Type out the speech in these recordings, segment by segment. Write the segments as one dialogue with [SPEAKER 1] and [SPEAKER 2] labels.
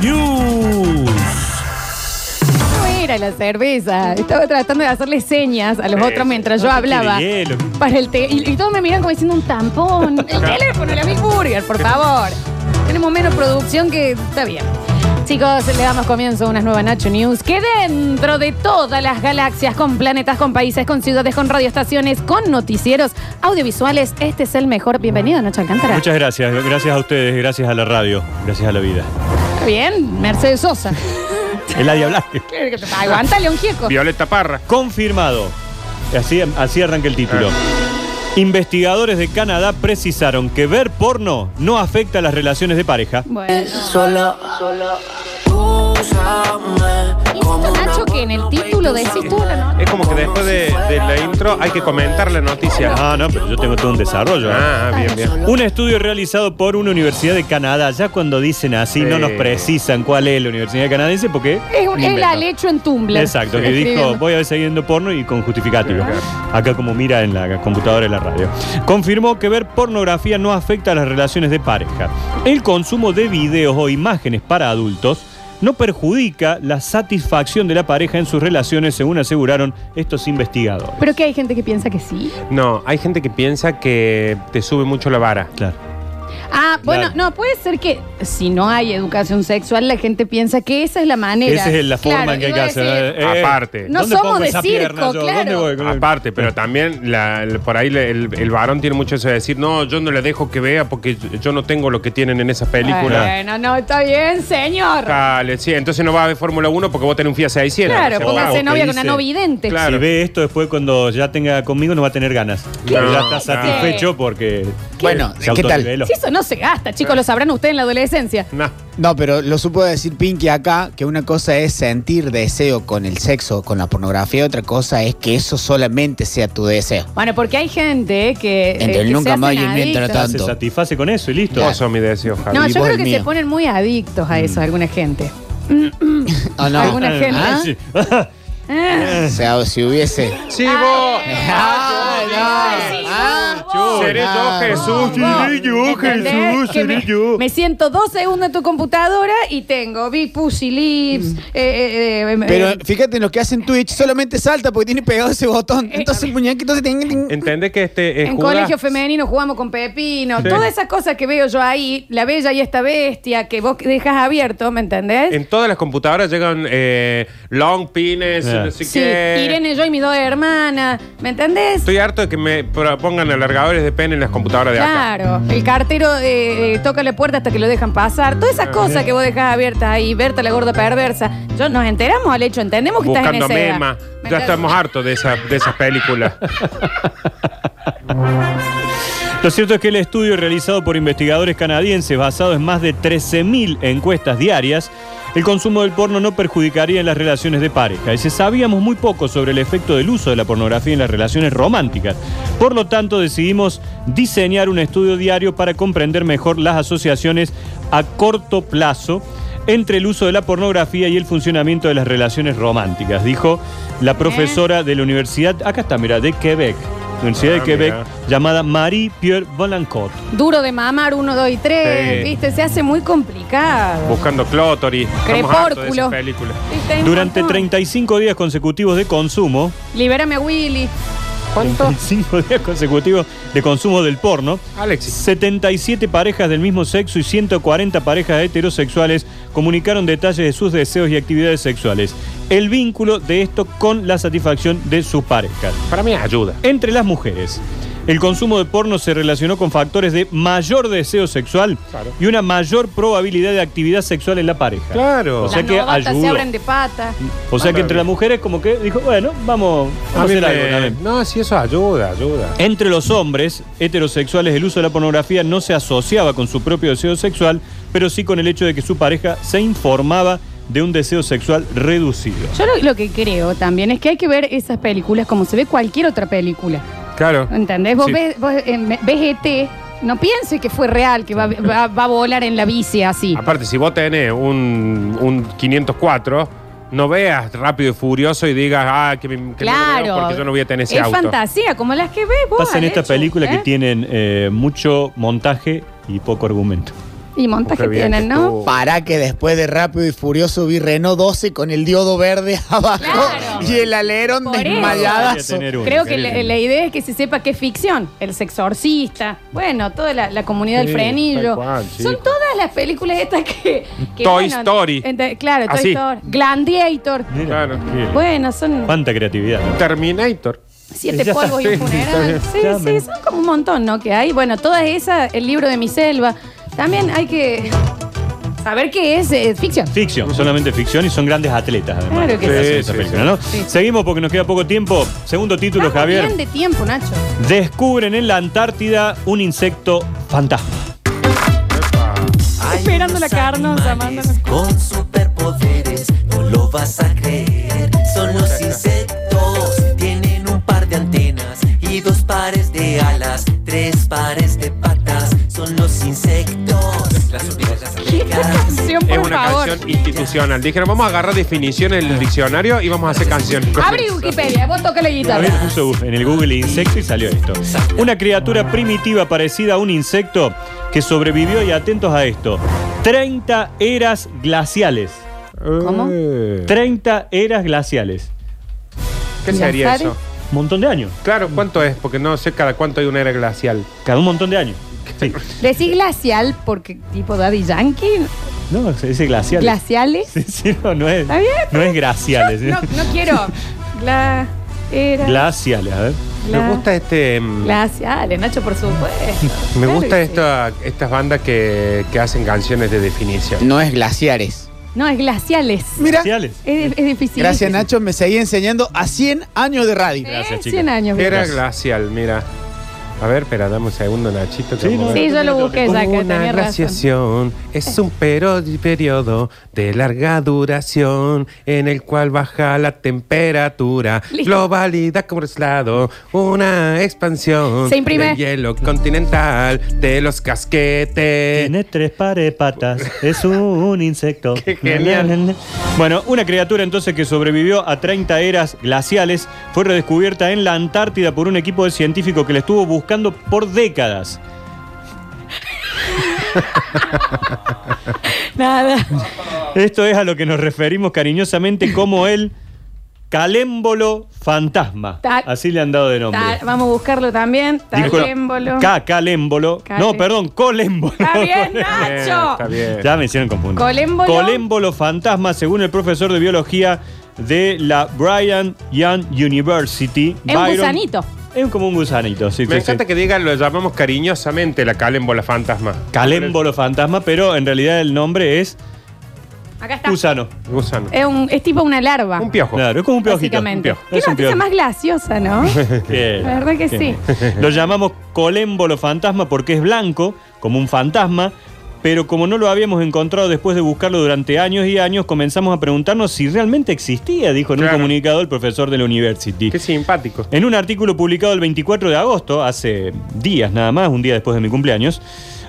[SPEAKER 1] News.
[SPEAKER 2] No era la cerveza. Estaba tratando de hacerle señas a los otros mientras yo hablaba.
[SPEAKER 3] tiene hielo.
[SPEAKER 2] Para el té. Y, y todos me miran como diciendo un tampón. El teléfono, la Big Burger, por favor. Tenemos menos producción que. Está bien. Chicos, le damos comienzo a una nueva Nacho News que dentro de todas las galaxias, con planetas, con países, con ciudades, con radioestaciones, con noticieros audiovisuales, este es el mejor. Bienvenido, Nacho Alcántara.
[SPEAKER 3] Muchas gracias, gracias a ustedes, gracias a la radio, gracias a la vida.
[SPEAKER 2] Está Bien, Mercedes Sosa.
[SPEAKER 3] El Adi Blasque.
[SPEAKER 2] Aguántale un gieco.
[SPEAKER 4] Violeta Parra.
[SPEAKER 3] Confirmado. Así, así arranca el título.
[SPEAKER 2] Ah.
[SPEAKER 3] Investigadores de Canadá precisaron que ver porno no afecta las relaciones de pareja.
[SPEAKER 2] Bueno.
[SPEAKER 5] Solo, solo úsame
[SPEAKER 2] Insisto, Nacho, que en el título decís tú la nota.
[SPEAKER 4] Es como que después de, de la intro hay que comentar la noticia.
[SPEAKER 3] Ah, no, pero yo tengo todo un desarrollo. ¿eh?
[SPEAKER 4] Ah, bien, bien.
[SPEAKER 3] Un estudio realizado por una universidad de Canadá. Ya cuando dicen así,
[SPEAKER 4] Sí.
[SPEAKER 3] no nos precisan cuál es la universidad canadiense porque.
[SPEAKER 2] Es un-
[SPEAKER 3] ni
[SPEAKER 2] es la
[SPEAKER 3] invento.
[SPEAKER 2] lecho en Tumblr.
[SPEAKER 3] Exacto, que
[SPEAKER 2] Escribiendo.
[SPEAKER 3] dijo, voy a ver siguiendo porno y con justificativo.
[SPEAKER 4] Claro.
[SPEAKER 3] Acá como mira en la computadora de la radio. Confirmó que ver pornografía no afecta a las relaciones de pareja. El consumo de videos o imágenes para adultos no perjudica la satisfacción de la pareja en sus relaciones, según aseguraron estos investigadores.
[SPEAKER 2] Pero que hay gente que piensa que sí.
[SPEAKER 4] No, hay gente que piensa que te sube mucho la vara.
[SPEAKER 3] Claro.
[SPEAKER 2] Ah, bueno,
[SPEAKER 3] Claro.
[SPEAKER 2] no, puede ser que si no hay educación sexual, la gente piensa que esa es la manera.
[SPEAKER 3] Esa es la forma
[SPEAKER 2] Claro,
[SPEAKER 3] en que hay que
[SPEAKER 2] iba a
[SPEAKER 3] hacer.
[SPEAKER 2] decir,
[SPEAKER 3] Eh, eh,
[SPEAKER 4] Aparte.
[SPEAKER 2] No
[SPEAKER 3] ¿dónde
[SPEAKER 2] somos
[SPEAKER 3] pongo
[SPEAKER 2] de
[SPEAKER 3] esa
[SPEAKER 2] circo,
[SPEAKER 3] pierna yo? ¿Dónde
[SPEAKER 2] claro.
[SPEAKER 3] voy con el-
[SPEAKER 4] Aparte, pero también la- el- por ahí le- el, el varón tiene mucho eso de decir, no, yo no le dejo que vea porque yo no tengo lo que tienen en esa película.
[SPEAKER 2] Bueno, no, está bien, señor. Claro,
[SPEAKER 4] Dale, sí, entonces no va a ver Fórmula 1 porque vos tenés un Fiat 600. O sea,
[SPEAKER 3] porque
[SPEAKER 4] wow.
[SPEAKER 2] póngase
[SPEAKER 3] te
[SPEAKER 2] novia con una
[SPEAKER 3] dice-
[SPEAKER 2] no vidente.
[SPEAKER 4] Claro.
[SPEAKER 3] Si ve esto después cuando ya tenga conmigo no va a tener ganas.
[SPEAKER 4] Claro.
[SPEAKER 3] Ya está
[SPEAKER 4] Claro.
[SPEAKER 3] satisfecho porque
[SPEAKER 6] Bueno,
[SPEAKER 3] se
[SPEAKER 6] ¿qué tal?
[SPEAKER 3] autoniveló.
[SPEAKER 2] Si eso no se gasta, chicos, lo sabrán ustedes en la adolescencia.
[SPEAKER 4] Nah.
[SPEAKER 6] No, pero lo supo decir Pinky acá, que una cosa es sentir deseo con el sexo, con la pornografía, otra cosa es que eso solamente sea tu deseo.
[SPEAKER 2] Bueno, porque hay gente que. eh,
[SPEAKER 6] Entonces,
[SPEAKER 2] que
[SPEAKER 6] nunca
[SPEAKER 2] se
[SPEAKER 6] más
[SPEAKER 2] hacen
[SPEAKER 6] y mientras
[SPEAKER 2] adictos.
[SPEAKER 3] Se
[SPEAKER 6] tanto.
[SPEAKER 3] satisface con eso y listo.
[SPEAKER 4] Vos sos mi deseo, Javi.
[SPEAKER 2] No,
[SPEAKER 6] Y
[SPEAKER 2] yo
[SPEAKER 6] vos
[SPEAKER 2] creo
[SPEAKER 6] el
[SPEAKER 2] que se
[SPEAKER 6] mío.
[SPEAKER 2] ponen muy adictos a
[SPEAKER 3] Mm.
[SPEAKER 2] eso, alguna gente.
[SPEAKER 6] ¿O no?
[SPEAKER 2] Alguna gente.
[SPEAKER 6] ¿Ah? ¿eh?
[SPEAKER 3] Sí.
[SPEAKER 6] O sea, si hubiese...
[SPEAKER 4] Sí, vos.
[SPEAKER 6] Ah, no. Ah,
[SPEAKER 4] Yo, seré yo, Jesús.
[SPEAKER 3] Seré yo,
[SPEAKER 2] ¿Entendés?
[SPEAKER 3] Jesús,
[SPEAKER 2] Que
[SPEAKER 3] seré
[SPEAKER 2] me,
[SPEAKER 3] yo.
[SPEAKER 2] me siento dos segundos en tu computadora y tengo Big Pussy Lips. eh, eh, eh, eh, eh,
[SPEAKER 6] Pero fíjate en lo que hacen Twitch, solamente salta porque tiene pegado ese botón. Entonces el muñequito se tiene...
[SPEAKER 4] Entendés que este es
[SPEAKER 2] en
[SPEAKER 4] Judas?
[SPEAKER 2] colegio femenino jugamos con Pepino.
[SPEAKER 4] Sí.
[SPEAKER 2] Todas esas cosas que veo yo ahí, la bella y esta bestia que vos dejas abierto, ¿me entendés?
[SPEAKER 4] En todas las computadoras llegan eh, long pines,
[SPEAKER 3] Ah.
[SPEAKER 4] no sé
[SPEAKER 2] sí,
[SPEAKER 4] qué.
[SPEAKER 2] Irene, yo y mis dos hermanas, ¿me entendés?
[SPEAKER 4] Estoy harto de que me propongan alargadores de pene en las computadoras de acá.
[SPEAKER 2] Claro, el cartero eh, eh, toca la puerta hasta que lo dejan pasar. Todas
[SPEAKER 4] Ah,
[SPEAKER 2] esas cosas que vos dejás abiertas ahí, Berta la gorda perversa. Yo nos enteramos al hecho, entendemos que
[SPEAKER 4] Buscando
[SPEAKER 2] estás en esa
[SPEAKER 4] mema.
[SPEAKER 2] edad.
[SPEAKER 4] Ya estamos hartos de, esa, de esas películas.
[SPEAKER 3] Lo cierto es que el estudio realizado por investigadores canadienses basado en más de 13.000 encuestas diarias, el consumo del porno no perjudicaría en las relaciones de pareja. Y se sabíamos muy poco sobre el efecto del uso de la pornografía en las relaciones románticas. Por lo tanto, decidimos diseñar un estudio diario para comprender mejor las asociaciones a corto plazo entre el uso de la pornografía y el funcionamiento de las relaciones románticas, dijo la profesora de la Universidad, acá está, mira, de Quebec, Universidad de
[SPEAKER 4] Eh. Ah,
[SPEAKER 3] Quebec,
[SPEAKER 4] mira.
[SPEAKER 3] llamada Marie Pierre Bolancourt.
[SPEAKER 2] Duro de mamar, uno, dos y tres,
[SPEAKER 4] Sí.
[SPEAKER 2] ¿viste? Se hace muy complicado.
[SPEAKER 4] Buscando Clótori. Estamos hartos de
[SPEAKER 2] Crepúsculo.
[SPEAKER 4] esas películas.
[SPEAKER 2] ¿Viste? Hay un
[SPEAKER 3] Durante
[SPEAKER 2] montón.
[SPEAKER 3] 35 días consecutivos de consumo,
[SPEAKER 2] Libérame a Willy.
[SPEAKER 3] 35 días consecutivos de consumo del porno,
[SPEAKER 4] Alexis.
[SPEAKER 3] 77 parejas del mismo sexo y 140 parejas heterosexuales comunicaron detalles de sus deseos y actividades sexuales. El vínculo de esto con la satisfacción de sus parejas.
[SPEAKER 4] Para mí ayuda.
[SPEAKER 3] Entre las mujeres, el consumo de porno se relacionó con factores de mayor deseo sexual
[SPEAKER 4] Claro.
[SPEAKER 3] y una mayor probabilidad de actividad sexual en la pareja.
[SPEAKER 4] Claro.
[SPEAKER 3] O sea
[SPEAKER 2] Las
[SPEAKER 3] que
[SPEAKER 2] novatas se
[SPEAKER 3] ayudo.
[SPEAKER 2] abren de pata.
[SPEAKER 4] Mm.
[SPEAKER 3] O sea que entre las mujeres como que dijo, bueno, vamos, vamos a hacer
[SPEAKER 4] me-
[SPEAKER 3] algo también.
[SPEAKER 4] No, sí, eso ayuda, ayuda.
[SPEAKER 3] Entre los hombres heterosexuales el uso de la pornografía no se asociaba con su propio deseo sexual, pero sí con el hecho de que su pareja se informaba de un deseo sexual reducido.
[SPEAKER 2] Yo lo, lo que creo también es que hay que ver esas películas como se ve cualquier otra película.
[SPEAKER 4] Claro.
[SPEAKER 2] ¿Entendés? Vos,
[SPEAKER 4] Sí.
[SPEAKER 2] ves, vos, eh, me- ves ET, no pienses que fue real, que va, va- va a volar en la bici así.
[SPEAKER 4] Aparte, si vos tenés un, un 504, no veas rápido y furioso y digas, ah, que, mi- que no lo veo
[SPEAKER 2] claro.
[SPEAKER 4] porque yo no voy a tener ese
[SPEAKER 2] es
[SPEAKER 4] auto.
[SPEAKER 2] fantasía, como las que ves vos.
[SPEAKER 3] Pasa en
[SPEAKER 2] de
[SPEAKER 3] esta
[SPEAKER 2] hecho,
[SPEAKER 3] película que
[SPEAKER 2] ¿eh?
[SPEAKER 3] tienen eh, mucho montaje y poco argumento.
[SPEAKER 2] Y montaje
[SPEAKER 4] Qué bien
[SPEAKER 2] tienen,
[SPEAKER 4] que
[SPEAKER 2] ¿no?
[SPEAKER 4] estuvo.
[SPEAKER 6] Para que después de Rápido y Furioso vi Renault 12 con el diodo verde abajo
[SPEAKER 2] Claro.
[SPEAKER 6] y el alerón
[SPEAKER 2] Por eso.
[SPEAKER 6] desmayadazo.
[SPEAKER 3] Debería tener uno.
[SPEAKER 2] Creo que
[SPEAKER 4] Increíble.
[SPEAKER 2] la, la idea es que se sepa qué es ficción. El sexorcista, bueno, toda la, la comunidad
[SPEAKER 4] Sí,
[SPEAKER 2] del frenillo.
[SPEAKER 4] tal cual,
[SPEAKER 2] Son
[SPEAKER 4] chico.
[SPEAKER 2] todas las películas estas que. que,
[SPEAKER 4] Toy Story.
[SPEAKER 2] ente- claro, Toy
[SPEAKER 4] Así.
[SPEAKER 2] Story. Glandiator.
[SPEAKER 3] Mira,
[SPEAKER 4] Claro.
[SPEAKER 3] qué-
[SPEAKER 2] Bueno, son
[SPEAKER 3] Cuánta creatividad. ¿no?
[SPEAKER 4] Terminator.
[SPEAKER 2] siete
[SPEAKER 3] Ya,
[SPEAKER 2] polvos y
[SPEAKER 4] sí,
[SPEAKER 2] un funeral.
[SPEAKER 3] está
[SPEAKER 2] Sí,
[SPEAKER 3] bien.
[SPEAKER 2] sí, son como un montón, ¿no? Que hay. Bueno, todas esas, el libro de mi selva. También hay que saber qué es eh, ficción.
[SPEAKER 3] Ficción, solamente ficción y son grandes atletas además.
[SPEAKER 2] Claro que
[SPEAKER 3] los hacen
[SPEAKER 4] sí.
[SPEAKER 3] esa
[SPEAKER 4] Sí,
[SPEAKER 3] película,
[SPEAKER 4] sí,
[SPEAKER 3] ¿no?
[SPEAKER 2] sí.
[SPEAKER 3] Seguimos porque nos queda poco tiempo. Segundo título,
[SPEAKER 2] Estamos
[SPEAKER 3] Javier.
[SPEAKER 2] bien de tiempo, Nacho.
[SPEAKER 3] Descubren en la Antártida un insecto fantasma.
[SPEAKER 2] Esperando la carnosa, mándanos.
[SPEAKER 5] Con superpoderes, no lo vas a creer. Son los insectos, tienen un par de antenas y dos pares de alas, tres pares de patas. Son los insectos, las hormigas las
[SPEAKER 2] ¿Qué canción, por
[SPEAKER 4] es una
[SPEAKER 2] favor?
[SPEAKER 4] canción institucional. Dijeron, vamos a agarrar definiciones del diccionario y vamos a hacer canciones.
[SPEAKER 2] Abrí Wikipedia, vos toca la guitarra.
[SPEAKER 3] Javier puso en el Google insecto y salió esto. Una criatura primitiva parecida a un insecto que sobrevivió y atentos a esto. 30 eras glaciales.
[SPEAKER 2] ¿Cómo?
[SPEAKER 4] Eh,
[SPEAKER 3] 30 eras glaciales.
[SPEAKER 4] ¿Qué sería
[SPEAKER 2] Lazare.
[SPEAKER 4] eso?
[SPEAKER 3] Un montón de años.
[SPEAKER 4] Claro, ¿cuánto es? Porque no sé cada cuánto hay una era glacial.
[SPEAKER 3] Cada un montón de años. Sí.
[SPEAKER 2] Decís glacial porque tipo Daddy Yankee,
[SPEAKER 3] No, se dice glaciales.
[SPEAKER 2] glaciales.
[SPEAKER 3] Sí, sí, no, no es,
[SPEAKER 2] Está bien,
[SPEAKER 3] no es graciales.
[SPEAKER 2] No, no quiero. Gla era
[SPEAKER 3] Glaciales, a ver.
[SPEAKER 2] gla-
[SPEAKER 4] Me gusta este. mm,
[SPEAKER 2] glaciales, Nacho, por supuesto.
[SPEAKER 4] Me
[SPEAKER 2] Claro
[SPEAKER 4] gusta
[SPEAKER 2] que
[SPEAKER 4] esta, estas bandas que, que hacen canciones de definición.
[SPEAKER 6] No es glaciares.
[SPEAKER 2] sí. No, es glaciales.
[SPEAKER 6] Mira,
[SPEAKER 3] Glaciales.
[SPEAKER 2] Es, es difícil.
[SPEAKER 6] gracias Nacho, me seguí enseñando a 100 años de radio.
[SPEAKER 2] Eh,
[SPEAKER 3] Gracias, chicos.
[SPEAKER 2] 100 años.
[SPEAKER 4] Era
[SPEAKER 3] Gracias.
[SPEAKER 4] glacial, mira. A ver, espera, dame un segundo, Nachito. que
[SPEAKER 3] Sí,
[SPEAKER 4] vamos
[SPEAKER 3] no,
[SPEAKER 4] a
[SPEAKER 2] Sí,
[SPEAKER 4] ver.
[SPEAKER 2] yo lo busqué ya, que
[SPEAKER 4] Una
[SPEAKER 2] tenía razón.
[SPEAKER 4] glaciación es un pero- periodo de larga duración en el cual baja la temperatura,
[SPEAKER 2] Listo.
[SPEAKER 4] globalidad como traslado, una expansión
[SPEAKER 2] Se imprime.
[SPEAKER 4] del hielo continental de los casquetes.
[SPEAKER 3] Tiene tres pares de patas, es un insecto.
[SPEAKER 4] Qué genial.
[SPEAKER 3] Bueno, una criatura entonces que sobrevivió a 30 eras glaciales fue redescubierta en la Antártida por un equipo de científicos que la estuvo buscando por décadas.
[SPEAKER 2] Nada.
[SPEAKER 3] Esto es a lo que nos referimos cariñosamente como el calémbolo fantasma.
[SPEAKER 2] Ta-
[SPEAKER 3] Así le han dado de nombre.
[SPEAKER 2] Ta- vamos a buscarlo también.
[SPEAKER 3] Dijo-
[SPEAKER 2] Talémbolo.
[SPEAKER 3] Ca- calémbolo.
[SPEAKER 2] Cale-
[SPEAKER 3] No, perdón, colémbolo.
[SPEAKER 2] Está bien,
[SPEAKER 4] Bien, Está
[SPEAKER 2] Nacho.
[SPEAKER 4] bien.
[SPEAKER 3] Ya me hicieron confundir.
[SPEAKER 2] Colémbolo.
[SPEAKER 3] Colémbolo fantasma, según el profesor de biología de la Brian Young University.
[SPEAKER 2] Es un gusanito.
[SPEAKER 3] Es como un gusanito, sí.
[SPEAKER 4] Me
[SPEAKER 3] sí, sí.
[SPEAKER 4] encanta que digan, lo llamamos cariñosamente la calémbola fantasma.
[SPEAKER 3] Calémbolo fantasma, pero en realidad el nombre es
[SPEAKER 2] Acá está.
[SPEAKER 3] gusano.
[SPEAKER 4] Gusano.
[SPEAKER 2] Es, un- es tipo una larva.
[SPEAKER 4] Un piojo.
[SPEAKER 3] Claro, es como un piojito. un
[SPEAKER 2] Básicamente.
[SPEAKER 3] piojo.
[SPEAKER 2] Qué
[SPEAKER 3] Es un
[SPEAKER 2] noticia
[SPEAKER 3] piojo.
[SPEAKER 2] más graciosa, ¿no?
[SPEAKER 3] Bien.
[SPEAKER 2] La verdad que sí.
[SPEAKER 3] Lo llamamos colémbolo fantasma porque es blanco, como un fantasma, pero como no lo habíamos encontrado después de buscarlo durante años y años, comenzamos a preguntarnos si realmente existía, dijo en
[SPEAKER 4] Claro.
[SPEAKER 3] un comunicado el profesor de la university.
[SPEAKER 4] Qué simpático.
[SPEAKER 3] En un artículo publicado el 24 de agosto, hace días nada más, un día después de mi cumpleaños,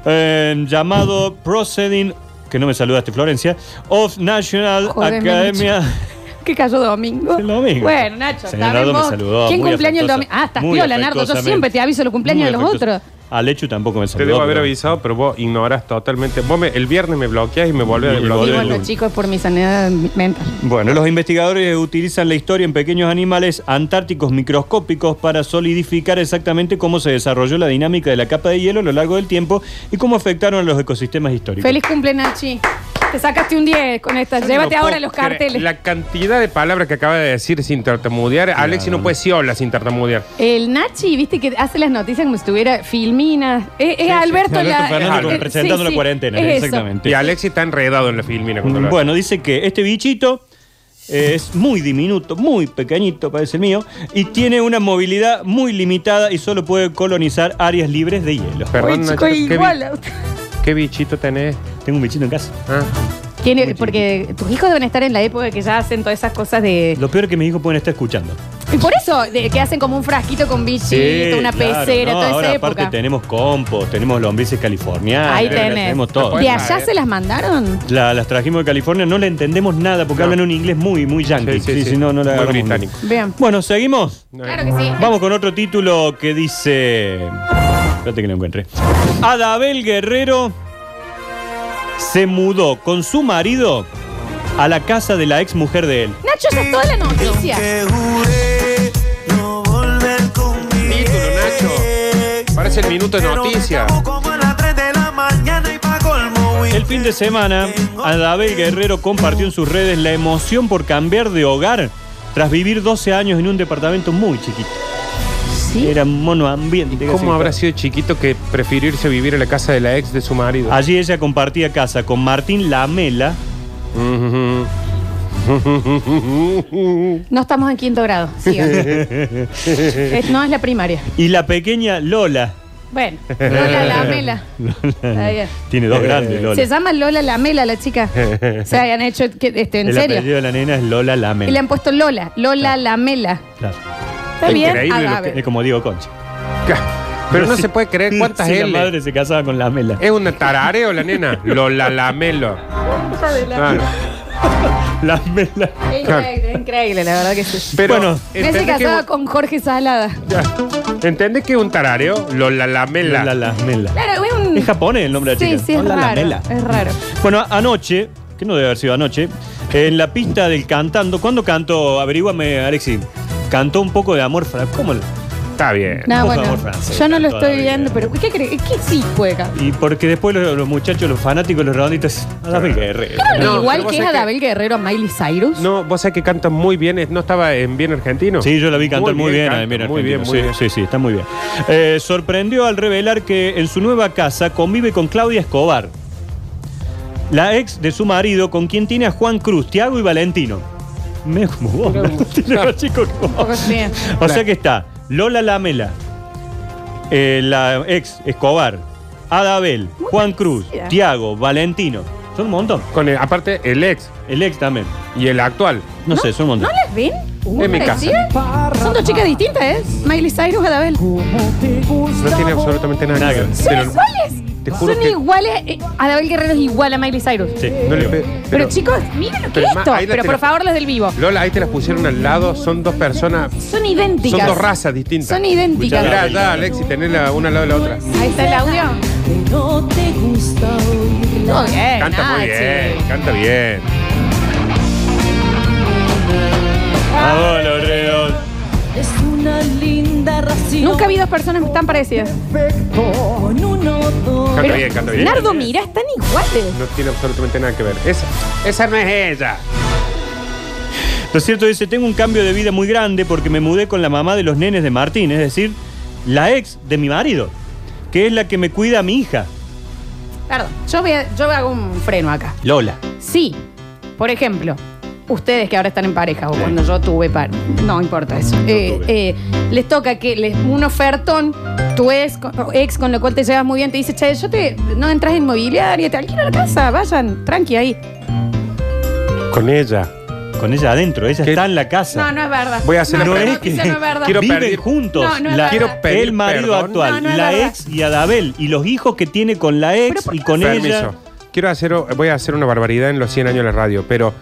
[SPEAKER 3] eh, llamado Proceeding, que no me saludaste Florencia, of National
[SPEAKER 2] Joder, me
[SPEAKER 3] Academia.
[SPEAKER 2] Que cayó domingo.
[SPEAKER 3] El domingo.
[SPEAKER 2] Bueno, Nacho,
[SPEAKER 3] Señor
[SPEAKER 2] también
[SPEAKER 3] Nardo me
[SPEAKER 2] vos.
[SPEAKER 3] saludó,
[SPEAKER 2] ¿Quién
[SPEAKER 3] muy
[SPEAKER 2] cumpleaños el
[SPEAKER 3] afectuosa-
[SPEAKER 2] domingo? Ah, estás
[SPEAKER 3] muy
[SPEAKER 2] piola, Nardo. Yo
[SPEAKER 3] afectuosamente.
[SPEAKER 2] siempre te aviso los cumpleaños
[SPEAKER 3] Muy
[SPEAKER 2] de los
[SPEAKER 3] afectuosa-
[SPEAKER 2] otros.
[SPEAKER 3] A Lechu tampoco me
[SPEAKER 4] Te
[SPEAKER 3] saludó.
[SPEAKER 4] debo haber
[SPEAKER 3] pero-
[SPEAKER 4] avisado, pero vos ignoras totalmente. Vos me- el viernes me bloqueás y me volvés a
[SPEAKER 3] Y
[SPEAKER 2] Y
[SPEAKER 3] volvés.
[SPEAKER 4] desbloquear.
[SPEAKER 2] bueno,
[SPEAKER 3] lunes.
[SPEAKER 2] chicos, es por mi sanidad mental.
[SPEAKER 3] Bueno, los investigadores utilizan la historia en pequeños animales antárticos microscópicos para solidificar exactamente cómo se desarrolló la dinámica de la capa de hielo a lo largo del tiempo y cómo afectaron a los ecosistemas históricos.
[SPEAKER 2] Feliz cumple, Nachi. Te sacaste un 10 con esta.
[SPEAKER 4] Yo
[SPEAKER 2] Llévate
[SPEAKER 4] no
[SPEAKER 2] ahora
[SPEAKER 4] puedo
[SPEAKER 2] los
[SPEAKER 4] creer
[SPEAKER 2] carteles.
[SPEAKER 4] La cantidad de palabras que acaba de decir sin tartamudear. Alexi no puede decir hola sin tartamudear.
[SPEAKER 2] El Nachi, viste que hace las noticias como si estuviera filmina. Eh, Es, es Alberto,
[SPEAKER 3] Alberto
[SPEAKER 2] la-
[SPEAKER 3] Fernández
[SPEAKER 4] con-
[SPEAKER 2] eh,
[SPEAKER 3] presentando la cuarentena,
[SPEAKER 2] es eso.
[SPEAKER 3] exactamente.
[SPEAKER 4] Y Alexi está enredado en la filmina cuando lo hace.
[SPEAKER 3] Mm, Bueno, dice que este bichito eh, es muy diminuto, muy pequeñito, parece el mío, y tiene una movilidad muy limitada y solo puede colonizar áreas libres de hielo.
[SPEAKER 4] Perdón,
[SPEAKER 2] Uy, chico,
[SPEAKER 4] Nachito, ¿qué, bi-
[SPEAKER 2] igual. a-
[SPEAKER 4] qué bichito tenés?
[SPEAKER 3] Tengo un bichito en casa.
[SPEAKER 4] Ah,
[SPEAKER 2] ¿Quién es? Porque tus hijos deben estar en la época que ya hacen todas esas cosas de.
[SPEAKER 3] Lo peor es que mis hijos pueden estar escuchando.
[SPEAKER 2] Y por eso, de- que hacen como un frasquito con bichito,
[SPEAKER 3] Sí,
[SPEAKER 2] una
[SPEAKER 3] claro,
[SPEAKER 2] pecera,
[SPEAKER 3] no,
[SPEAKER 2] toda
[SPEAKER 3] ahora
[SPEAKER 2] esa
[SPEAKER 3] aparte
[SPEAKER 2] época.
[SPEAKER 3] tenemos compost, tenemos lombrices californianas,
[SPEAKER 2] Ahí
[SPEAKER 3] tenemos,
[SPEAKER 2] tenés.
[SPEAKER 3] todo.
[SPEAKER 2] ¿De
[SPEAKER 4] Bueno,
[SPEAKER 2] allá
[SPEAKER 4] eh.
[SPEAKER 2] se las mandaron?
[SPEAKER 3] La- las trajimos de California, no le entendemos nada porque
[SPEAKER 4] No.
[SPEAKER 3] hablan un inglés muy, muy yankee.
[SPEAKER 4] Sí,
[SPEAKER 3] Sí,
[SPEAKER 4] sí,
[SPEAKER 3] sí,
[SPEAKER 4] sí.
[SPEAKER 3] no, no la
[SPEAKER 4] Muy
[SPEAKER 3] agarramos bien.
[SPEAKER 4] británico.
[SPEAKER 2] Bien.
[SPEAKER 3] Bueno, seguimos.
[SPEAKER 2] Claro que sí.
[SPEAKER 3] Vamos con otro título que dice. Espérate que lo encuentre. Adabel Guerrero se mudó con su marido a la casa de la ex mujer de él.
[SPEAKER 2] Nacho, esa es toda la noticia.
[SPEAKER 5] Que juré no volver conmigo.
[SPEAKER 4] Título, Nacho. Parece el minuto de noticias.
[SPEAKER 5] Como a las 3 de la mañana y pa' colmo,
[SPEAKER 3] El fin de semana, Adabel Guerrero compartió en sus redes la emoción por cambiar de hogar tras vivir 12 años en un departamento muy chiquito.
[SPEAKER 2] Sí.
[SPEAKER 3] Era monoambiente. casi
[SPEAKER 4] ¿Cómo
[SPEAKER 3] que
[SPEAKER 4] habrá sido chiquito que prefirió irse a vivir a la casa de la ex de su marido?
[SPEAKER 3] Allí ella compartía casa con Martín Lamela.
[SPEAKER 2] No estamos en quinto grado. sigan. Es- no es la primaria.
[SPEAKER 3] Y la pequeña Lola.
[SPEAKER 2] Bueno, Lola Lamela. Está bien.
[SPEAKER 3] Tiene dos grandes, Lola.
[SPEAKER 2] Se llama Lola Lamela la chica. Se han hecho, que- este, en
[SPEAKER 3] El
[SPEAKER 2] serio.
[SPEAKER 3] apellido Ah. de la nena es Lola
[SPEAKER 2] Y le
[SPEAKER 3] Lamela.
[SPEAKER 2] han puesto Lola, Lola Lamela.
[SPEAKER 3] Claro.
[SPEAKER 2] Está
[SPEAKER 4] Qué
[SPEAKER 2] bien,
[SPEAKER 4] increíble lo
[SPEAKER 2] Adabel.
[SPEAKER 3] Es como Diego Concha.
[SPEAKER 4] Pero no se puede creer cuántas
[SPEAKER 3] Sí,
[SPEAKER 4] L. Eh.
[SPEAKER 3] la madre se casaba con Lamela.
[SPEAKER 4] Es una tarareo la nena. Lola Lamelo. Claro.
[SPEAKER 3] Lamela.
[SPEAKER 2] Increíble, increíble, la verdad que sí.
[SPEAKER 4] Pero
[SPEAKER 3] Bueno.
[SPEAKER 2] Él se
[SPEAKER 4] ¿entendés que-
[SPEAKER 2] casaba con Jorge Salada.
[SPEAKER 4] Ya. ¿Entendés que es un tarareo? Lola Lamela.
[SPEAKER 3] Lola Lamela.
[SPEAKER 2] Claro, es un.
[SPEAKER 3] Es japonés el nombre de la
[SPEAKER 2] Sí,
[SPEAKER 3] chica.
[SPEAKER 2] sí, es
[SPEAKER 3] Lola
[SPEAKER 2] raro. Eh.
[SPEAKER 3] Lamela.
[SPEAKER 2] Es raro.
[SPEAKER 3] Bueno, a- anoche, que no debe haber sido anoche, en la pista del cantando, ¿cuándo cantó? Averíguame, Alexi. Cantó un poco de amor francés. ¿Cómo? lo-
[SPEAKER 4] Está bien.
[SPEAKER 2] No,
[SPEAKER 3] Por
[SPEAKER 2] bueno.
[SPEAKER 3] favor, Francia,
[SPEAKER 2] Yo no lo
[SPEAKER 3] todavía.
[SPEAKER 2] estoy viendo, pero ¿qué crees? ¿Qué sí juega?
[SPEAKER 3] Y porque después los, los muchachos, los fanáticos, los redonditos, "Ah, Adabel Guerrero.
[SPEAKER 4] No,
[SPEAKER 2] Igual
[SPEAKER 4] pero
[SPEAKER 2] que
[SPEAKER 4] vos
[SPEAKER 2] es
[SPEAKER 4] sabés
[SPEAKER 2] Adabel Guerrero a Miley Cyrus.
[SPEAKER 4] No, vos sabés que canta muy bien. eh, ¿No estaba en bien argentino?
[SPEAKER 3] Sí, yo la vi cantar muy bien.
[SPEAKER 4] canta,
[SPEAKER 3] a Emir
[SPEAKER 4] muy bien,
[SPEAKER 3] Argentino.
[SPEAKER 4] muy bien.
[SPEAKER 3] sí, sí, sí, está muy bien. Eh, sorprendió al revelar que en su nueva casa convive con Claudia Escobar, la ex de su marido, con quien tiene a Juan Cruz, Tiago y Valentino. Me como vos, ¿no? Tiene más chicos que vos.
[SPEAKER 2] Tampoco sí.
[SPEAKER 3] O sea que está Lola Lamela, eh, la ex Escobar, Adabel, Juan Cruz,
[SPEAKER 2] parecida.
[SPEAKER 3] Tiago, Valentino. Son un montón.
[SPEAKER 4] Con el- aparte, el ex
[SPEAKER 3] El ex también.
[SPEAKER 4] y el actual.
[SPEAKER 3] No, sé, son un montón.
[SPEAKER 2] ¿No las ven?
[SPEAKER 4] Es mi casa.
[SPEAKER 2] ¿Parecida? Son dos chicas distintas, ¿eh? Miley Cyrus, Adabel.
[SPEAKER 4] No tiene absolutamente nada,
[SPEAKER 3] Nada
[SPEAKER 4] que
[SPEAKER 3] que
[SPEAKER 4] ver.
[SPEAKER 2] ¿Son
[SPEAKER 3] ver.
[SPEAKER 4] Pero-
[SPEAKER 2] iguales?
[SPEAKER 4] te juro
[SPEAKER 2] Son
[SPEAKER 4] que-
[SPEAKER 2] iguales. eh, Adabel Guerrero es igual a Miley Cyrus.
[SPEAKER 3] Sí,
[SPEAKER 4] no le
[SPEAKER 3] digo.
[SPEAKER 4] pe-
[SPEAKER 2] Pero, chicos, miren lo que
[SPEAKER 4] pero
[SPEAKER 2] es
[SPEAKER 4] ma-
[SPEAKER 2] esto.
[SPEAKER 4] ahí la
[SPEAKER 2] Pero por
[SPEAKER 4] tele-
[SPEAKER 2] favor, los del vivo.
[SPEAKER 4] Lola, ahí te las pusieron al lado. Son dos personas.
[SPEAKER 2] Son idénticas.
[SPEAKER 4] Son dos razas distintas.
[SPEAKER 2] Son idénticas.
[SPEAKER 4] Mirá, ya, Alexi, tenerla una al lado de la otra.
[SPEAKER 2] Ahí está el audio.
[SPEAKER 7] No te gusta
[SPEAKER 2] Todo bien.
[SPEAKER 4] Canta muy bien,
[SPEAKER 2] Nachi.
[SPEAKER 4] canta bien.
[SPEAKER 3] A vos, los redondos.
[SPEAKER 7] Es una linda ración.
[SPEAKER 2] Nunca vi dos personas tan parecidas.
[SPEAKER 7] Con uno, dos.
[SPEAKER 4] Canta bien, canta bien.
[SPEAKER 2] Nardo, mira, están iguales.
[SPEAKER 4] No tiene absolutamente nada que ver. Esa, esa no es ella.
[SPEAKER 3] Lo cierto dice, tengo un cambio de vida muy grande porque me mudé con la mamá de los nenes de Martín, es decir, la ex de mi marido, que es la que me cuida a mi hija,
[SPEAKER 2] Perdón, yo, voy a- yo hago un freno acá.
[SPEAKER 3] Lola.
[SPEAKER 2] Sí, por ejemplo, ustedes que ahora están en pareja o cuando yo tuve par, no importa eso. Eh, eh, les toca que les, un ofertón, tu ex, con- o ex con lo cual te llevas muy bien, te dice, che, yo te no entras en inmobiliaria, te alquilo la casa, vayan, tranqui ahí.
[SPEAKER 4] Con ella.
[SPEAKER 3] Con ella adentro, ella
[SPEAKER 4] ¿Qué?
[SPEAKER 3] está en la
[SPEAKER 2] No,
[SPEAKER 3] casa.
[SPEAKER 2] no es verdad.
[SPEAKER 4] Voy a hacer
[SPEAKER 2] no,
[SPEAKER 4] la
[SPEAKER 2] la
[SPEAKER 4] pregunta.
[SPEAKER 2] noticia no es verdad.
[SPEAKER 4] Quiero
[SPEAKER 3] Viven
[SPEAKER 4] pedir-
[SPEAKER 3] juntos
[SPEAKER 2] No, no es
[SPEAKER 3] la-
[SPEAKER 2] verdad.
[SPEAKER 4] Quiero pedir
[SPEAKER 3] el marido
[SPEAKER 4] perdón.
[SPEAKER 3] actual,
[SPEAKER 2] No, no es
[SPEAKER 3] la
[SPEAKER 2] verdad.
[SPEAKER 3] ex y Adabel y los hijos que tiene con la ex y con ella.
[SPEAKER 4] Permiso. Quiero hacer, voy a hacer una barbaridad en los 100 años de la radio, pero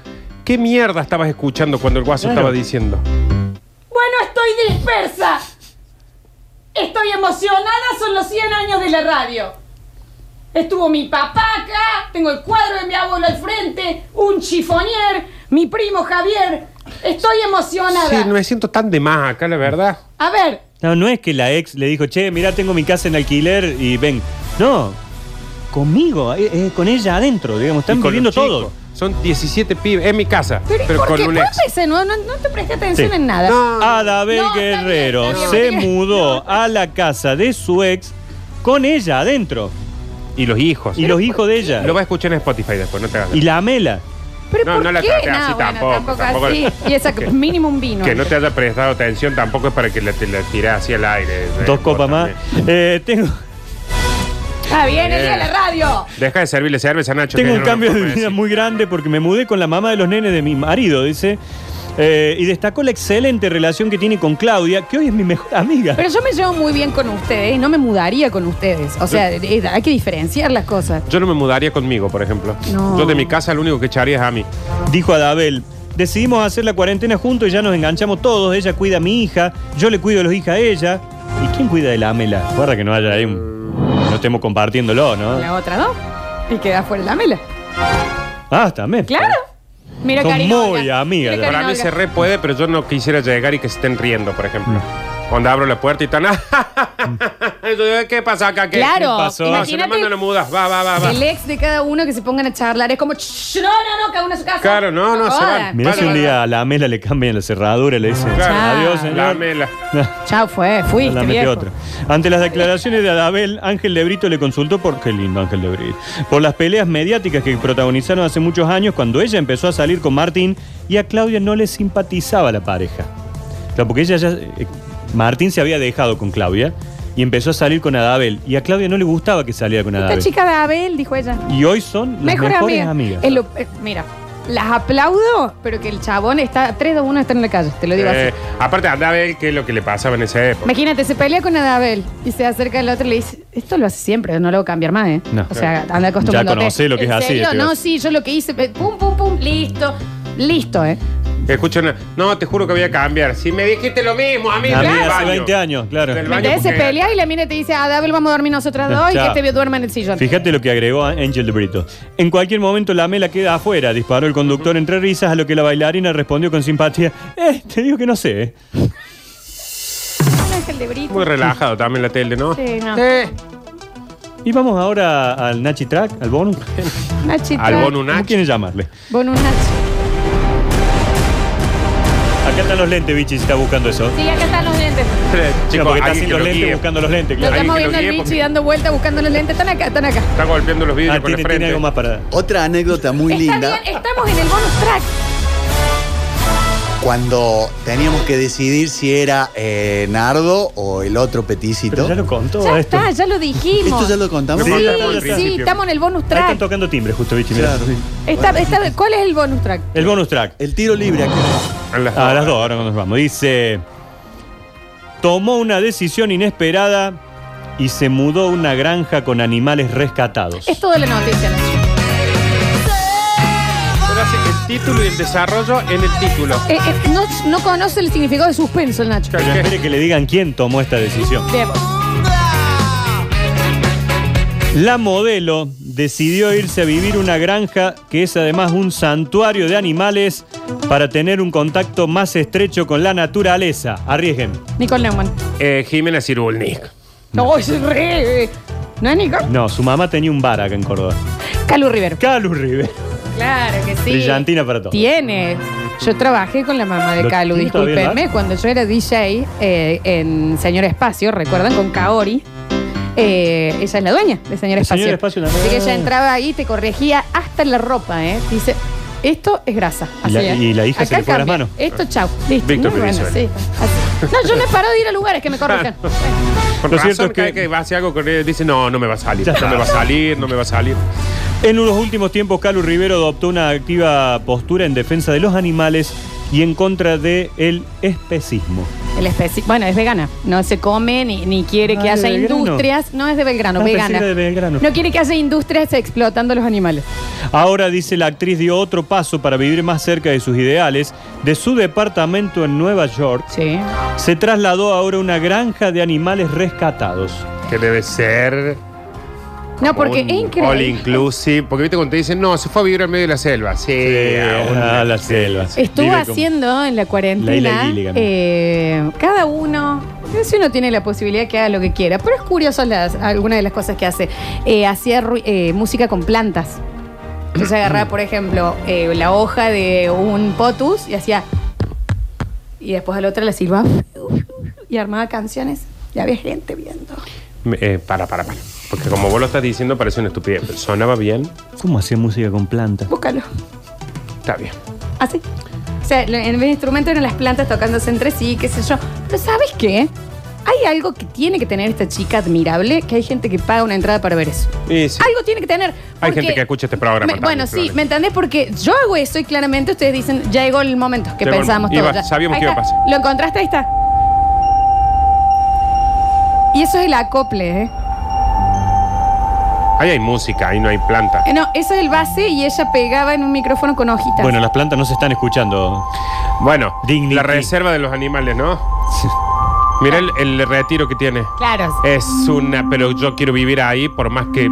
[SPEAKER 4] ¿qué mierda estabas escuchando cuando el guaso
[SPEAKER 3] Claro.
[SPEAKER 4] estaba diciendo?
[SPEAKER 7] Bueno, estoy dispersa. Estoy emocionada, son los 100 años de la radio. Estuvo mi papá acá, tengo el cuadro de mi abuelo al frente, un chifonier, mi primo Javier. Estoy emocionada.
[SPEAKER 4] Sí, no me siento tan de más acá, la verdad.
[SPEAKER 7] A ver,
[SPEAKER 3] No, no es que la ex le dijo, che, mirá, tengo mi casa en alquiler y ven. No, conmigo, eh, eh, con ella adentro, digamos,
[SPEAKER 4] Y
[SPEAKER 3] están
[SPEAKER 4] con
[SPEAKER 3] viviendo
[SPEAKER 4] los chicos.
[SPEAKER 3] todo.
[SPEAKER 4] Son 17 pibes, en mi casa, pero,
[SPEAKER 2] Pero, ¿y ¿por
[SPEAKER 4] con
[SPEAKER 2] qué?
[SPEAKER 4] un
[SPEAKER 2] ¿Por
[SPEAKER 4] ex.
[SPEAKER 2] qué ese? No, no, no te presté atención
[SPEAKER 3] Sí.
[SPEAKER 2] en nada.
[SPEAKER 4] No,
[SPEAKER 3] Adabel
[SPEAKER 2] No, está bien,
[SPEAKER 3] Guerrero
[SPEAKER 2] está bien,
[SPEAKER 3] se
[SPEAKER 2] porque-
[SPEAKER 3] mudó a la casa de su ex con ella adentro.
[SPEAKER 4] Y los hijos.
[SPEAKER 3] Y los hijos de ella.
[SPEAKER 4] Lo vas a escuchar en Spotify después, no te hagas.
[SPEAKER 3] Y la Mela.
[SPEAKER 2] Pero
[SPEAKER 4] No,
[SPEAKER 2] ¿por
[SPEAKER 4] no la
[SPEAKER 2] qué?
[SPEAKER 4] traté así
[SPEAKER 2] No, bueno,
[SPEAKER 4] tampoco, tampoco-
[SPEAKER 2] así. Y esa
[SPEAKER 4] Que-
[SPEAKER 2] mínimo un vino.
[SPEAKER 4] Que no te haya prestado atención tampoco es para que la, te la tirás hacia el aire.
[SPEAKER 3] Dos
[SPEAKER 4] Eh,
[SPEAKER 3] copas
[SPEAKER 4] vos
[SPEAKER 3] más.
[SPEAKER 4] también.
[SPEAKER 3] Eh, tengo
[SPEAKER 2] Está bien, el día de la radio.
[SPEAKER 4] Deja de servirle cerveza a Nacho.
[SPEAKER 3] tengo
[SPEAKER 4] que
[SPEAKER 3] un
[SPEAKER 4] no
[SPEAKER 3] cambio
[SPEAKER 4] lo
[SPEAKER 3] de
[SPEAKER 4] puedo
[SPEAKER 3] vida
[SPEAKER 4] decir.
[SPEAKER 3] muy grande porque me mudé con la mamá de los nenes de mi marido, dice. Eh, y destacó la excelente relación que tiene con Claudia, que hoy es mi mejor amiga.
[SPEAKER 2] Pero yo me llevo muy bien con ustedes y no me mudaría con ustedes. O sea, eh, hay que diferenciar las cosas.
[SPEAKER 4] Yo no me mudaría conmigo, por ejemplo.
[SPEAKER 2] No.
[SPEAKER 4] Yo de mi casa lo único que echaría es a mí.
[SPEAKER 3] Dijo Adabel. Decidimos hacer la cuarentena juntos y ya nos enganchamos todos. Ella cuida a mi hija, yo le cuido a los hijas a ella. ¿Y quién cuida de la Amela? Guarda que no haya ahí un- No estemos compartiéndolo, ¿no?
[SPEAKER 2] La otra no. Y queda fuera la mela.
[SPEAKER 3] Ah, también.
[SPEAKER 2] Claro. Mira,
[SPEAKER 3] Son
[SPEAKER 2] Karina
[SPEAKER 3] muy
[SPEAKER 2] Olga.
[SPEAKER 3] amigas,
[SPEAKER 2] Mira,
[SPEAKER 3] la
[SPEAKER 4] Para
[SPEAKER 2] Karina
[SPEAKER 4] mí
[SPEAKER 2] Olga.
[SPEAKER 4] se re puede, pero yo no quisiera llegar y que se estén riendo, por ejemplo.
[SPEAKER 2] Mm.
[SPEAKER 4] Cuando abro la puerta y están... "Ah, Yo digo, ¿Qué pasa acá? ¿Qué?
[SPEAKER 2] Claro,
[SPEAKER 3] ¿Qué pasó?
[SPEAKER 4] No, se la
[SPEAKER 2] imagínate
[SPEAKER 4] mando, no mudas. Va, va, va, va.
[SPEAKER 2] el ex de cada uno que se pongan a charlar. Es como, "Shh, no, no, no, cada uno a su casa.
[SPEAKER 4] Claro, no, no, se
[SPEAKER 2] jodan.
[SPEAKER 4] van.
[SPEAKER 3] Mirá
[SPEAKER 4] Vale,
[SPEAKER 3] si un
[SPEAKER 4] vale,
[SPEAKER 3] día a la Amela le cambian la cerradura y le dicen
[SPEAKER 4] Claro. Ah,
[SPEAKER 3] adiós, señor.
[SPEAKER 4] La mela.
[SPEAKER 2] Chao, fue, fuiste,
[SPEAKER 3] La metió
[SPEAKER 2] viejo.
[SPEAKER 3] otra. Ante las declaraciones de Adabel, Ángel Lebrito le consultó por qué lindo Ángel Lebrito. Por las peleas mediáticas que protagonizaron hace muchos años cuando ella empezó a salir con Martín y a Claudia no le simpatizaba la pareja. Claro, porque ella ya eh, Martín se había dejado con Claudia y empezó a salir con Adabel y a Claudia no le gustaba que saliera con
[SPEAKER 2] Esta
[SPEAKER 3] Adabel.
[SPEAKER 2] chica de Abel, dijo ella.
[SPEAKER 3] Y hoy son las
[SPEAKER 2] Mejor
[SPEAKER 3] mejores
[SPEAKER 2] amiga.
[SPEAKER 3] amigas.
[SPEAKER 2] Es lo- eh, mira, las aplaudo, pero que el chabón está 3 2 1 está en la calle, te lo digo
[SPEAKER 4] Eh,
[SPEAKER 2] así.
[SPEAKER 4] aparte, anda a ver qué es lo que le pasaba en esa época.
[SPEAKER 2] Imagínate, se pelea con Adabel y se acerca al otro y le dice, esto lo hace siempre, no lo voy a cambiar más, ¿eh?
[SPEAKER 3] No.
[SPEAKER 2] O sea, anda acostumbrándote.
[SPEAKER 3] Ya conocé lo que
[SPEAKER 2] ¿En
[SPEAKER 3] es así,
[SPEAKER 2] serio?
[SPEAKER 3] te digo.
[SPEAKER 2] No, sí, yo lo que hice, pe- pum, pum, pum, listo, listo, ¿eh?
[SPEAKER 4] Escucho una- No, te juro que voy a cambiar. Si me dijiste lo mismo, a mí
[SPEAKER 3] A mí
[SPEAKER 4] del
[SPEAKER 3] hace
[SPEAKER 4] baño.
[SPEAKER 3] 20 años, claro.
[SPEAKER 4] Del
[SPEAKER 2] ¿Me
[SPEAKER 4] baño,
[SPEAKER 2] entendés? Se
[SPEAKER 4] porque-
[SPEAKER 2] pelea y la mina te dice, Adabel, vamos a dormir nosotras dos y
[SPEAKER 3] Ya.
[SPEAKER 2] que te duerma en el sillón.
[SPEAKER 3] Fíjate lo que agregó Ángel de Brito. En cualquier momento la mela queda afuera, disparó el conductor entre risas, a lo que la bailarina respondió con simpatía. Eh, te digo que no sé. eh".
[SPEAKER 2] Ángel de Brito.
[SPEAKER 4] Muy relajado también la tele, ¿no?
[SPEAKER 2] Sí, no.
[SPEAKER 4] Eh,
[SPEAKER 3] Y vamos ahora al Nachi Track, al bonus.
[SPEAKER 2] Nachita.
[SPEAKER 4] Al Bonu
[SPEAKER 3] ¿Cómo
[SPEAKER 4] Nachi.
[SPEAKER 3] quieren llamarle?
[SPEAKER 2] Bonu Nachi.
[SPEAKER 3] Acá están los lentes, bichi, si está buscando eso.
[SPEAKER 2] Sí, acá están los lentes.
[SPEAKER 3] Claro,
[SPEAKER 4] Chicos,
[SPEAKER 3] porque está
[SPEAKER 4] alguien que
[SPEAKER 3] haciendo
[SPEAKER 4] lo
[SPEAKER 3] lentes
[SPEAKER 4] guíe.
[SPEAKER 3] buscando los lentes.
[SPEAKER 2] Lo
[SPEAKER 3] Claro.
[SPEAKER 4] Ahí
[SPEAKER 2] estamos
[SPEAKER 4] que lo
[SPEAKER 2] viendo al
[SPEAKER 4] guíe,
[SPEAKER 2] bichi
[SPEAKER 4] porque-
[SPEAKER 2] dando vuelta buscando los lentes. Están acá, están acá.
[SPEAKER 4] Está golpeando los vidrios
[SPEAKER 3] Ah,
[SPEAKER 4] con la
[SPEAKER 3] tiene, tiene
[SPEAKER 4] frente.
[SPEAKER 3] algo más para.
[SPEAKER 8] Otra anécdota muy
[SPEAKER 2] Está
[SPEAKER 8] linda,
[SPEAKER 2] bien, estamos en el bonus track.
[SPEAKER 8] cuando teníamos que decidir si era eh, Nardo o el otro peticito.
[SPEAKER 3] Pero ya lo contó
[SPEAKER 2] Ya
[SPEAKER 3] esto.
[SPEAKER 2] está, ya lo dijimos.
[SPEAKER 8] Esto ya lo contamos.
[SPEAKER 4] Sí. contamos al
[SPEAKER 2] Sí, sí,
[SPEAKER 4] principio.
[SPEAKER 2] estamos en el bonus
[SPEAKER 3] Ahí están
[SPEAKER 2] track.
[SPEAKER 3] tocando timbre, justo, bichi, mira.
[SPEAKER 8] Claro, sí.
[SPEAKER 2] Está- está- ¿Cuál es el bonus track?
[SPEAKER 3] El bonus track.
[SPEAKER 8] El tiro libre acá.
[SPEAKER 4] A las
[SPEAKER 3] Ah, A las dos, ahora cuando nos vamos. Dice. Tomó una decisión inesperada y se mudó a una granja con animales rescatados.
[SPEAKER 2] Es toda la noticia, Nacho.
[SPEAKER 4] Pero hace el título y el desarrollo en el título.
[SPEAKER 2] Eh, eh, no, no conoce el significado de suspenso, el Nacho.
[SPEAKER 3] Pero espere que le digan quién tomó esta decisión.
[SPEAKER 2] Bien.
[SPEAKER 3] La modelo decidió irse a vivir una granja que es además un santuario de animales para tener un contacto más estrecho con la naturaleza. Arriesguen.
[SPEAKER 2] Nicole Neumann.
[SPEAKER 4] Eh, Jimena Cirulnik.
[SPEAKER 2] No, es re. ¿No es Nicole?
[SPEAKER 3] No, su mamá tenía un bar acá en Córdoba.
[SPEAKER 2] Calu Rivero.
[SPEAKER 3] Calu Rivera.
[SPEAKER 2] Claro que sí.
[SPEAKER 3] Brillantina para todos.
[SPEAKER 2] Tiene. Yo trabajé con la mamá de
[SPEAKER 3] ¿Lo ¿eh?
[SPEAKER 2] Calu,
[SPEAKER 3] tiene todavía el
[SPEAKER 2] discúlpenme, cuando yo era DJ eh, en Señor Espacio, ¿recuerdan? Con Kaori. Eh, ella es la dueña de Señor
[SPEAKER 3] El
[SPEAKER 2] Espacio.
[SPEAKER 3] Señor Espacio, una-
[SPEAKER 2] Así que ella entraba ahí y te corregía hasta la ropa, ¿eh? Dice, esto es grasa.
[SPEAKER 3] Y
[SPEAKER 2] Así
[SPEAKER 3] la-
[SPEAKER 2] es.
[SPEAKER 3] y la hija se le fue de las
[SPEAKER 2] cambia.
[SPEAKER 3] manos.
[SPEAKER 2] Esto, chau. Listo.
[SPEAKER 4] Víctor
[SPEAKER 2] Muy bueno,
[SPEAKER 4] Brizuela.
[SPEAKER 2] sí. Así. No, yo me paro de ir a lugares que me corrijan.
[SPEAKER 4] Por
[SPEAKER 3] Lo
[SPEAKER 4] razón,
[SPEAKER 3] cierto es
[SPEAKER 4] cada
[SPEAKER 3] que-
[SPEAKER 4] vez que hace algo con él, dice, no, no me va a salir.
[SPEAKER 3] Ya
[SPEAKER 4] No
[SPEAKER 3] está.
[SPEAKER 4] me va a salir, no me va a salir.
[SPEAKER 3] En los últimos tiempos, Calu Rivero adoptó una activa postura en defensa de los animales y en contra del especismo.
[SPEAKER 2] El especi- bueno, es vegana. No se come ni, ni quiere
[SPEAKER 3] Ah,
[SPEAKER 2] que
[SPEAKER 3] ¿es
[SPEAKER 2] haya
[SPEAKER 3] de Belgrano?
[SPEAKER 2] industrias. No es de Belgrano,
[SPEAKER 3] Ah, pensé
[SPEAKER 2] vegana.
[SPEAKER 3] que era de Belgrano.
[SPEAKER 2] No quiere que haya industrias explotando los animales.
[SPEAKER 3] Ahora, dice la actriz, dio otro paso para vivir más cerca de sus ideales. De su departamento en Nueva York,
[SPEAKER 2] Sí.
[SPEAKER 3] se trasladó ahora a una granja de animales rescatados.
[SPEAKER 4] Que debe ser...
[SPEAKER 2] No, porque
[SPEAKER 4] un
[SPEAKER 2] es
[SPEAKER 4] All
[SPEAKER 2] increíble.
[SPEAKER 4] inclusive. Porque viste cuando te dicen, no, se fue a vivir al medio de la selva. Sí, a un-
[SPEAKER 3] a la selva.
[SPEAKER 2] Estuvo
[SPEAKER 3] Vive como-
[SPEAKER 2] haciendo en la
[SPEAKER 3] Leila
[SPEAKER 2] cuarentena
[SPEAKER 3] Gilligan.
[SPEAKER 2] eh, cada uno. Si uno tiene la posibilidad que haga lo que quiera, pero es curioso las, algunas de las cosas que hace. Eh, hacía ru- eh, música con plantas. Entonces agarraba, por ejemplo, eh, la hoja de un potus y hacía. Y después al otro la silbaba. Y armaba canciones. Y había gente viendo.
[SPEAKER 4] Eh, para, para, para. Porque como vos lo estás diciendo, parece una estupidez. pero sonaba bien,
[SPEAKER 3] ¿Cómo hacía música con plantas?
[SPEAKER 2] Búscalo.
[SPEAKER 4] está bien.
[SPEAKER 2] Así. O sea, lo- en vez de instrumentos eran las plantas tocándose entre sí, qué sé yo. Pero ¿sabes qué? Hay algo que tiene que tener esta chica admirable, que hay gente que paga una entrada para ver eso.
[SPEAKER 4] Y sí.
[SPEAKER 2] Algo tiene que tener.
[SPEAKER 4] Hay
[SPEAKER 2] porque-
[SPEAKER 4] gente que escucha este programa
[SPEAKER 2] Me-
[SPEAKER 4] también,
[SPEAKER 2] bueno, sí,
[SPEAKER 4] Florencia.
[SPEAKER 2] ¿me entendés? Porque yo hago eso y claramente ustedes dicen, ya llegó el momento que
[SPEAKER 4] Llegó el
[SPEAKER 2] pensábamos
[SPEAKER 4] momento.
[SPEAKER 2] todos.
[SPEAKER 4] Iba,
[SPEAKER 2] ya.
[SPEAKER 4] sabíamos
[SPEAKER 2] Ahí
[SPEAKER 4] que iba a
[SPEAKER 2] está.
[SPEAKER 4] pasar.
[SPEAKER 2] ¿Lo encontraste? Ahí está. Y eso es el acople, ¿eh?
[SPEAKER 4] Ahí hay música, ahí no hay planta.
[SPEAKER 2] Eh, No, eso es el base y ella pegaba en un micrófono con hojitas.
[SPEAKER 3] Bueno, las plantas no se están escuchando.
[SPEAKER 4] Bueno,
[SPEAKER 3] Dignity.
[SPEAKER 4] la reserva de los animales, ¿no? Mira el, el retiro que tiene.
[SPEAKER 2] Claro.
[SPEAKER 4] Es una, pero yo quiero vivir ahí por más que.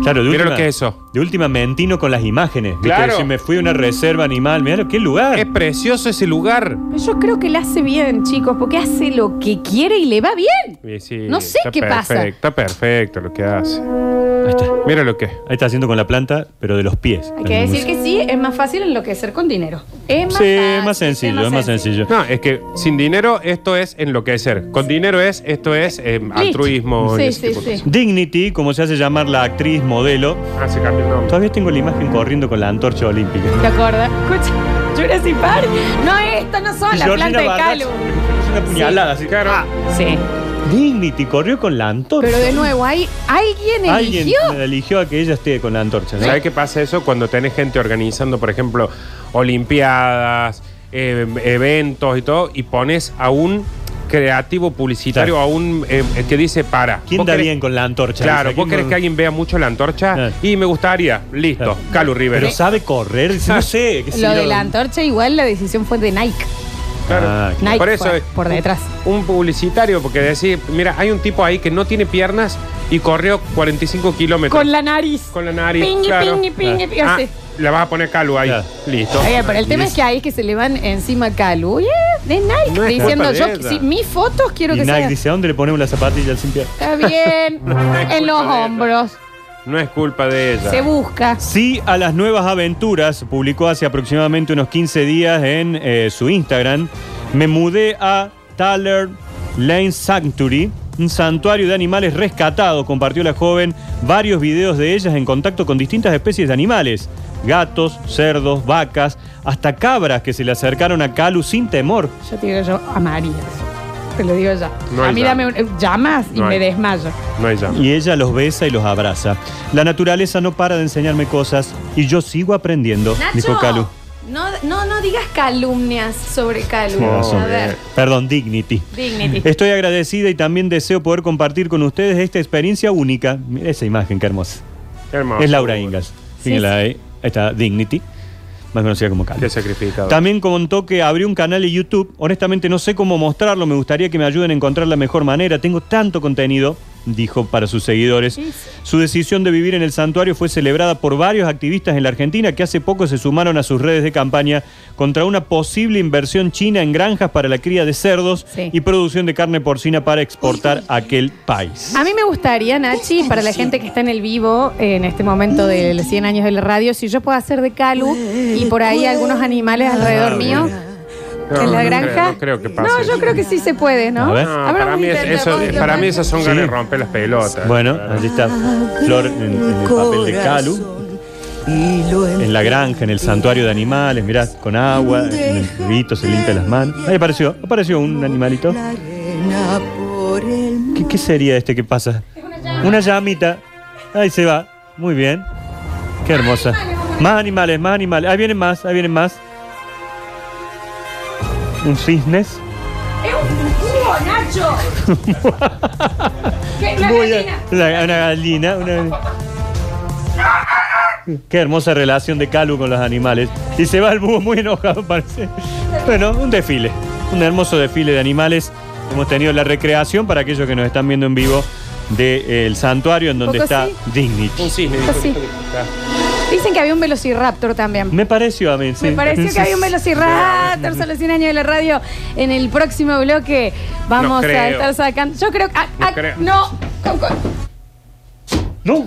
[SPEAKER 3] Claro, de
[SPEAKER 4] Mira
[SPEAKER 3] última,
[SPEAKER 4] lo que es eso.
[SPEAKER 3] De última mentino con las imágenes. ¿viste?
[SPEAKER 4] Claro.
[SPEAKER 3] Decir, me fui a una reserva animal. Mira qué lugar.
[SPEAKER 4] Es precioso ese lugar.
[SPEAKER 2] Pues Yo creo que la hace bien, chicos, porque hace lo que quiere y le va bien.
[SPEAKER 4] Y sí,
[SPEAKER 2] No sé
[SPEAKER 4] está
[SPEAKER 2] qué pasa.
[SPEAKER 4] perfecto, Está perfecto lo que hace.
[SPEAKER 3] Ahí está.
[SPEAKER 4] Mira lo que es.
[SPEAKER 3] Ahí está haciendo con la planta, pero de los pies.
[SPEAKER 2] Hay que decir que sí, es más fácil enloquecer con dinero. Es más fácil,
[SPEAKER 3] Sí, es más sencillo, es más sencillo.
[SPEAKER 4] No, es que sin dinero esto es enloquecer. Con dinero es esto es eh, altruismo. y
[SPEAKER 2] Sí,
[SPEAKER 4] ese
[SPEAKER 2] sí,
[SPEAKER 4] tipo de
[SPEAKER 2] sí.
[SPEAKER 4] cosas.
[SPEAKER 3] Dignity, como se hace llamar la actriz modelo,
[SPEAKER 4] Ah, se cambió el nombre.
[SPEAKER 3] todavía tengo la imagen corriendo con la antorcha olímpica.
[SPEAKER 2] ¿Te acuerdas? Escucha, Jurassic Park. No, esto no son las plantas de
[SPEAKER 3] Barras,
[SPEAKER 2] Calu.
[SPEAKER 3] es una puñalada, así claro.
[SPEAKER 2] Ah. Sí.
[SPEAKER 3] Dignity corrió con la antorcha.
[SPEAKER 2] Pero de nuevo, ¿hay alguien
[SPEAKER 3] Alguien
[SPEAKER 2] eligió?
[SPEAKER 3] eligió a que ella esté con la antorcha. ¿no?
[SPEAKER 4] ¿Sabes qué pasa eso cuando tenés gente organizando, por ejemplo, olimpiadas, eh, eventos y todo, y pones a un creativo publicitario,
[SPEAKER 3] Claro.
[SPEAKER 4] a un eh, que dice para?
[SPEAKER 3] ¿Quién
[SPEAKER 4] ¿Vos
[SPEAKER 3] da
[SPEAKER 4] querés-
[SPEAKER 3] bien con la antorcha?
[SPEAKER 4] Claro,
[SPEAKER 3] Dice,
[SPEAKER 4] vos
[SPEAKER 3] ¿quién
[SPEAKER 4] querés
[SPEAKER 3] no-
[SPEAKER 4] que alguien vea mucho la antorcha
[SPEAKER 3] Claro.
[SPEAKER 4] y me gustaría. Listo,
[SPEAKER 3] Claro.
[SPEAKER 4] Calu River.
[SPEAKER 3] Pero sabe correr, dice, no sé. qué sé
[SPEAKER 2] Lo
[SPEAKER 3] yo.
[SPEAKER 2] de la antorcha, igual la decisión fue de Nike.
[SPEAKER 4] Claro.
[SPEAKER 3] Ah, claro.
[SPEAKER 2] Nike
[SPEAKER 4] Por eso
[SPEAKER 2] fue
[SPEAKER 4] es-
[SPEAKER 2] por detrás.
[SPEAKER 4] un publicitario, porque decir, mira, hay un tipo ahí que no tiene piernas y corrió 45 kilómetros.
[SPEAKER 2] Con la nariz.
[SPEAKER 4] Con la nariz.
[SPEAKER 2] Pingui,
[SPEAKER 4] claro.
[SPEAKER 2] pingui, pingui, pingui,
[SPEAKER 4] Ah,
[SPEAKER 2] así.
[SPEAKER 4] la vas a poner Calu ahí.
[SPEAKER 3] Claro.
[SPEAKER 4] Listo.
[SPEAKER 2] Oye, pero el tema es que ahí es que se le van encima a Calu. Oye, de Nike,
[SPEAKER 4] No es
[SPEAKER 2] diciendo
[SPEAKER 4] culpa de
[SPEAKER 2] yo,
[SPEAKER 4] ella.
[SPEAKER 2] si mis fotos quiero
[SPEAKER 3] Y
[SPEAKER 2] que
[SPEAKER 3] Nike
[SPEAKER 2] sean.
[SPEAKER 3] dice, ¿a dónde le ponemos la zapatilla al sin pie?
[SPEAKER 2] Está bien,
[SPEAKER 4] es
[SPEAKER 2] en los
[SPEAKER 4] culpa de ella.
[SPEAKER 2] hombros.
[SPEAKER 4] No es culpa de ella.
[SPEAKER 2] Se busca.
[SPEAKER 3] Sí a las nuevas aventuras, publicó hace aproximadamente unos 15 días en eh, su Instagram. Me mudé a Taller Lane Sanctuary, un santuario de animales rescatados. Compartió la joven varios videos de ellas en contacto con distintas especies de animales. Gatos, cerdos, vacas, hasta cabras que se le acercaron a Calu sin temor.
[SPEAKER 2] Yo te digo yo, a María. Te lo digo ya.
[SPEAKER 4] No
[SPEAKER 2] a
[SPEAKER 4] hay
[SPEAKER 2] mí
[SPEAKER 4] llama.
[SPEAKER 2] dame un- llamas y
[SPEAKER 4] No
[SPEAKER 2] me
[SPEAKER 4] hay.
[SPEAKER 2] desmayo.
[SPEAKER 4] No hay llama.
[SPEAKER 3] Y ella los besa y los abraza. La naturaleza no para de enseñarme cosas y yo sigo aprendiendo, dijo Calu.
[SPEAKER 2] No, no, no digas calumnias sobre Calu.
[SPEAKER 3] Tiene razón.
[SPEAKER 2] a ver,
[SPEAKER 3] Perdón, Dignity.
[SPEAKER 2] Dignity.
[SPEAKER 3] Estoy agradecida y también deseo poder compartir con ustedes esta experiencia única. Mira esa imagen, qué hermosa.
[SPEAKER 4] Qué hermoso.
[SPEAKER 3] Es Laura Ingalls. Síguela ahí. Ahí está Dignity, más conocida como Cal.
[SPEAKER 4] Qué sacrificado.
[SPEAKER 3] También contó que abrió un canal de YouTube. Honestamente no sé cómo mostrarlo, me gustaría que me ayuden a encontrar la mejor manera. Tengo tanto contenido, dijo para sus seguidores.
[SPEAKER 2] Sí, sí.
[SPEAKER 3] Su decisión de vivir en el santuario fue celebrada por varios activistas en la Argentina que hace poco se sumaron a sus redes de campaña contra una posible inversión china en granjas para la cría de cerdos
[SPEAKER 2] Sí.
[SPEAKER 3] y producción de carne porcina para exportar a aquel país.
[SPEAKER 2] A mí me gustaría, Nachi, para la gente que está en el vivo en este momento de los 100 años de la radio, si yo puedo hacer de Calu y por ahí algunos animales alrededor mío.
[SPEAKER 4] No,
[SPEAKER 2] en la
[SPEAKER 4] no
[SPEAKER 2] granja.
[SPEAKER 4] creo, no creo que pase.
[SPEAKER 2] No, yo creo que sí se puede, ¿no?
[SPEAKER 3] A ver.
[SPEAKER 4] No,
[SPEAKER 2] Habrá
[SPEAKER 4] para
[SPEAKER 2] un
[SPEAKER 4] mí, es-
[SPEAKER 2] intento,
[SPEAKER 4] eso,
[SPEAKER 2] ¿no?
[SPEAKER 4] para mí esas son ganas de
[SPEAKER 3] Sí.
[SPEAKER 4] romper las pelotas.
[SPEAKER 3] Bueno,
[SPEAKER 4] Claro.
[SPEAKER 3] allí está Flor en, en el papel de Calu, en la granja, en el santuario de animales, mirá, con agua, en el ribito se limpia las manos. Ahí apareció, apareció un animalito. ¿Qué, qué sería este que pasa? Una llamita. Ahí se va. Muy bien. Qué hermosa. Más animales, más animales. Ahí vienen más, ahí vienen más. Un cisnes.
[SPEAKER 7] ¡Hugo, Nacho! ¿Qué? La
[SPEAKER 3] Voy a-
[SPEAKER 7] gallina.
[SPEAKER 3] la- una gallina. una- Qué hermosa relación de Calu con los animales. Y se va el búho muy enojado, parece. Bueno, un desfile. Un hermoso desfile de animales. Hemos tenido la recreación para aquellos que nos están viendo en vivo del santuario en donde
[SPEAKER 2] Poco
[SPEAKER 3] está
[SPEAKER 2] sí.
[SPEAKER 3] Dignity.
[SPEAKER 4] Un cisne.
[SPEAKER 2] Así. Dicen que había un velociraptor también.
[SPEAKER 3] Me pareció a mí, sí.
[SPEAKER 2] Me pareció que había un velociraptor solo 100 años de la radio. En el próximo bloque
[SPEAKER 4] No
[SPEAKER 2] vamos a
[SPEAKER 4] creo.
[SPEAKER 2] estar sacando. Yo creo que. ah,
[SPEAKER 4] No
[SPEAKER 2] ah,
[SPEAKER 4] creo.
[SPEAKER 2] no. Con- con-
[SPEAKER 3] No.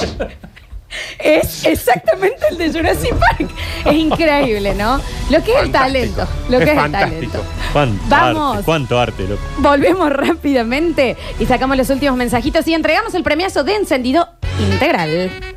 [SPEAKER 2] es exactamente el de Jurassic Park. Es increíble, ¿no? Lo que es el talento. Lo que es, el
[SPEAKER 4] Es fantástico.
[SPEAKER 2] talento.
[SPEAKER 3] Cuánto
[SPEAKER 2] Vamos.
[SPEAKER 3] arte, cuánto arte, loco.
[SPEAKER 2] Volvemos rápidamente y sacamos los últimos mensajitos y entregamos el premiazo de encendido integral.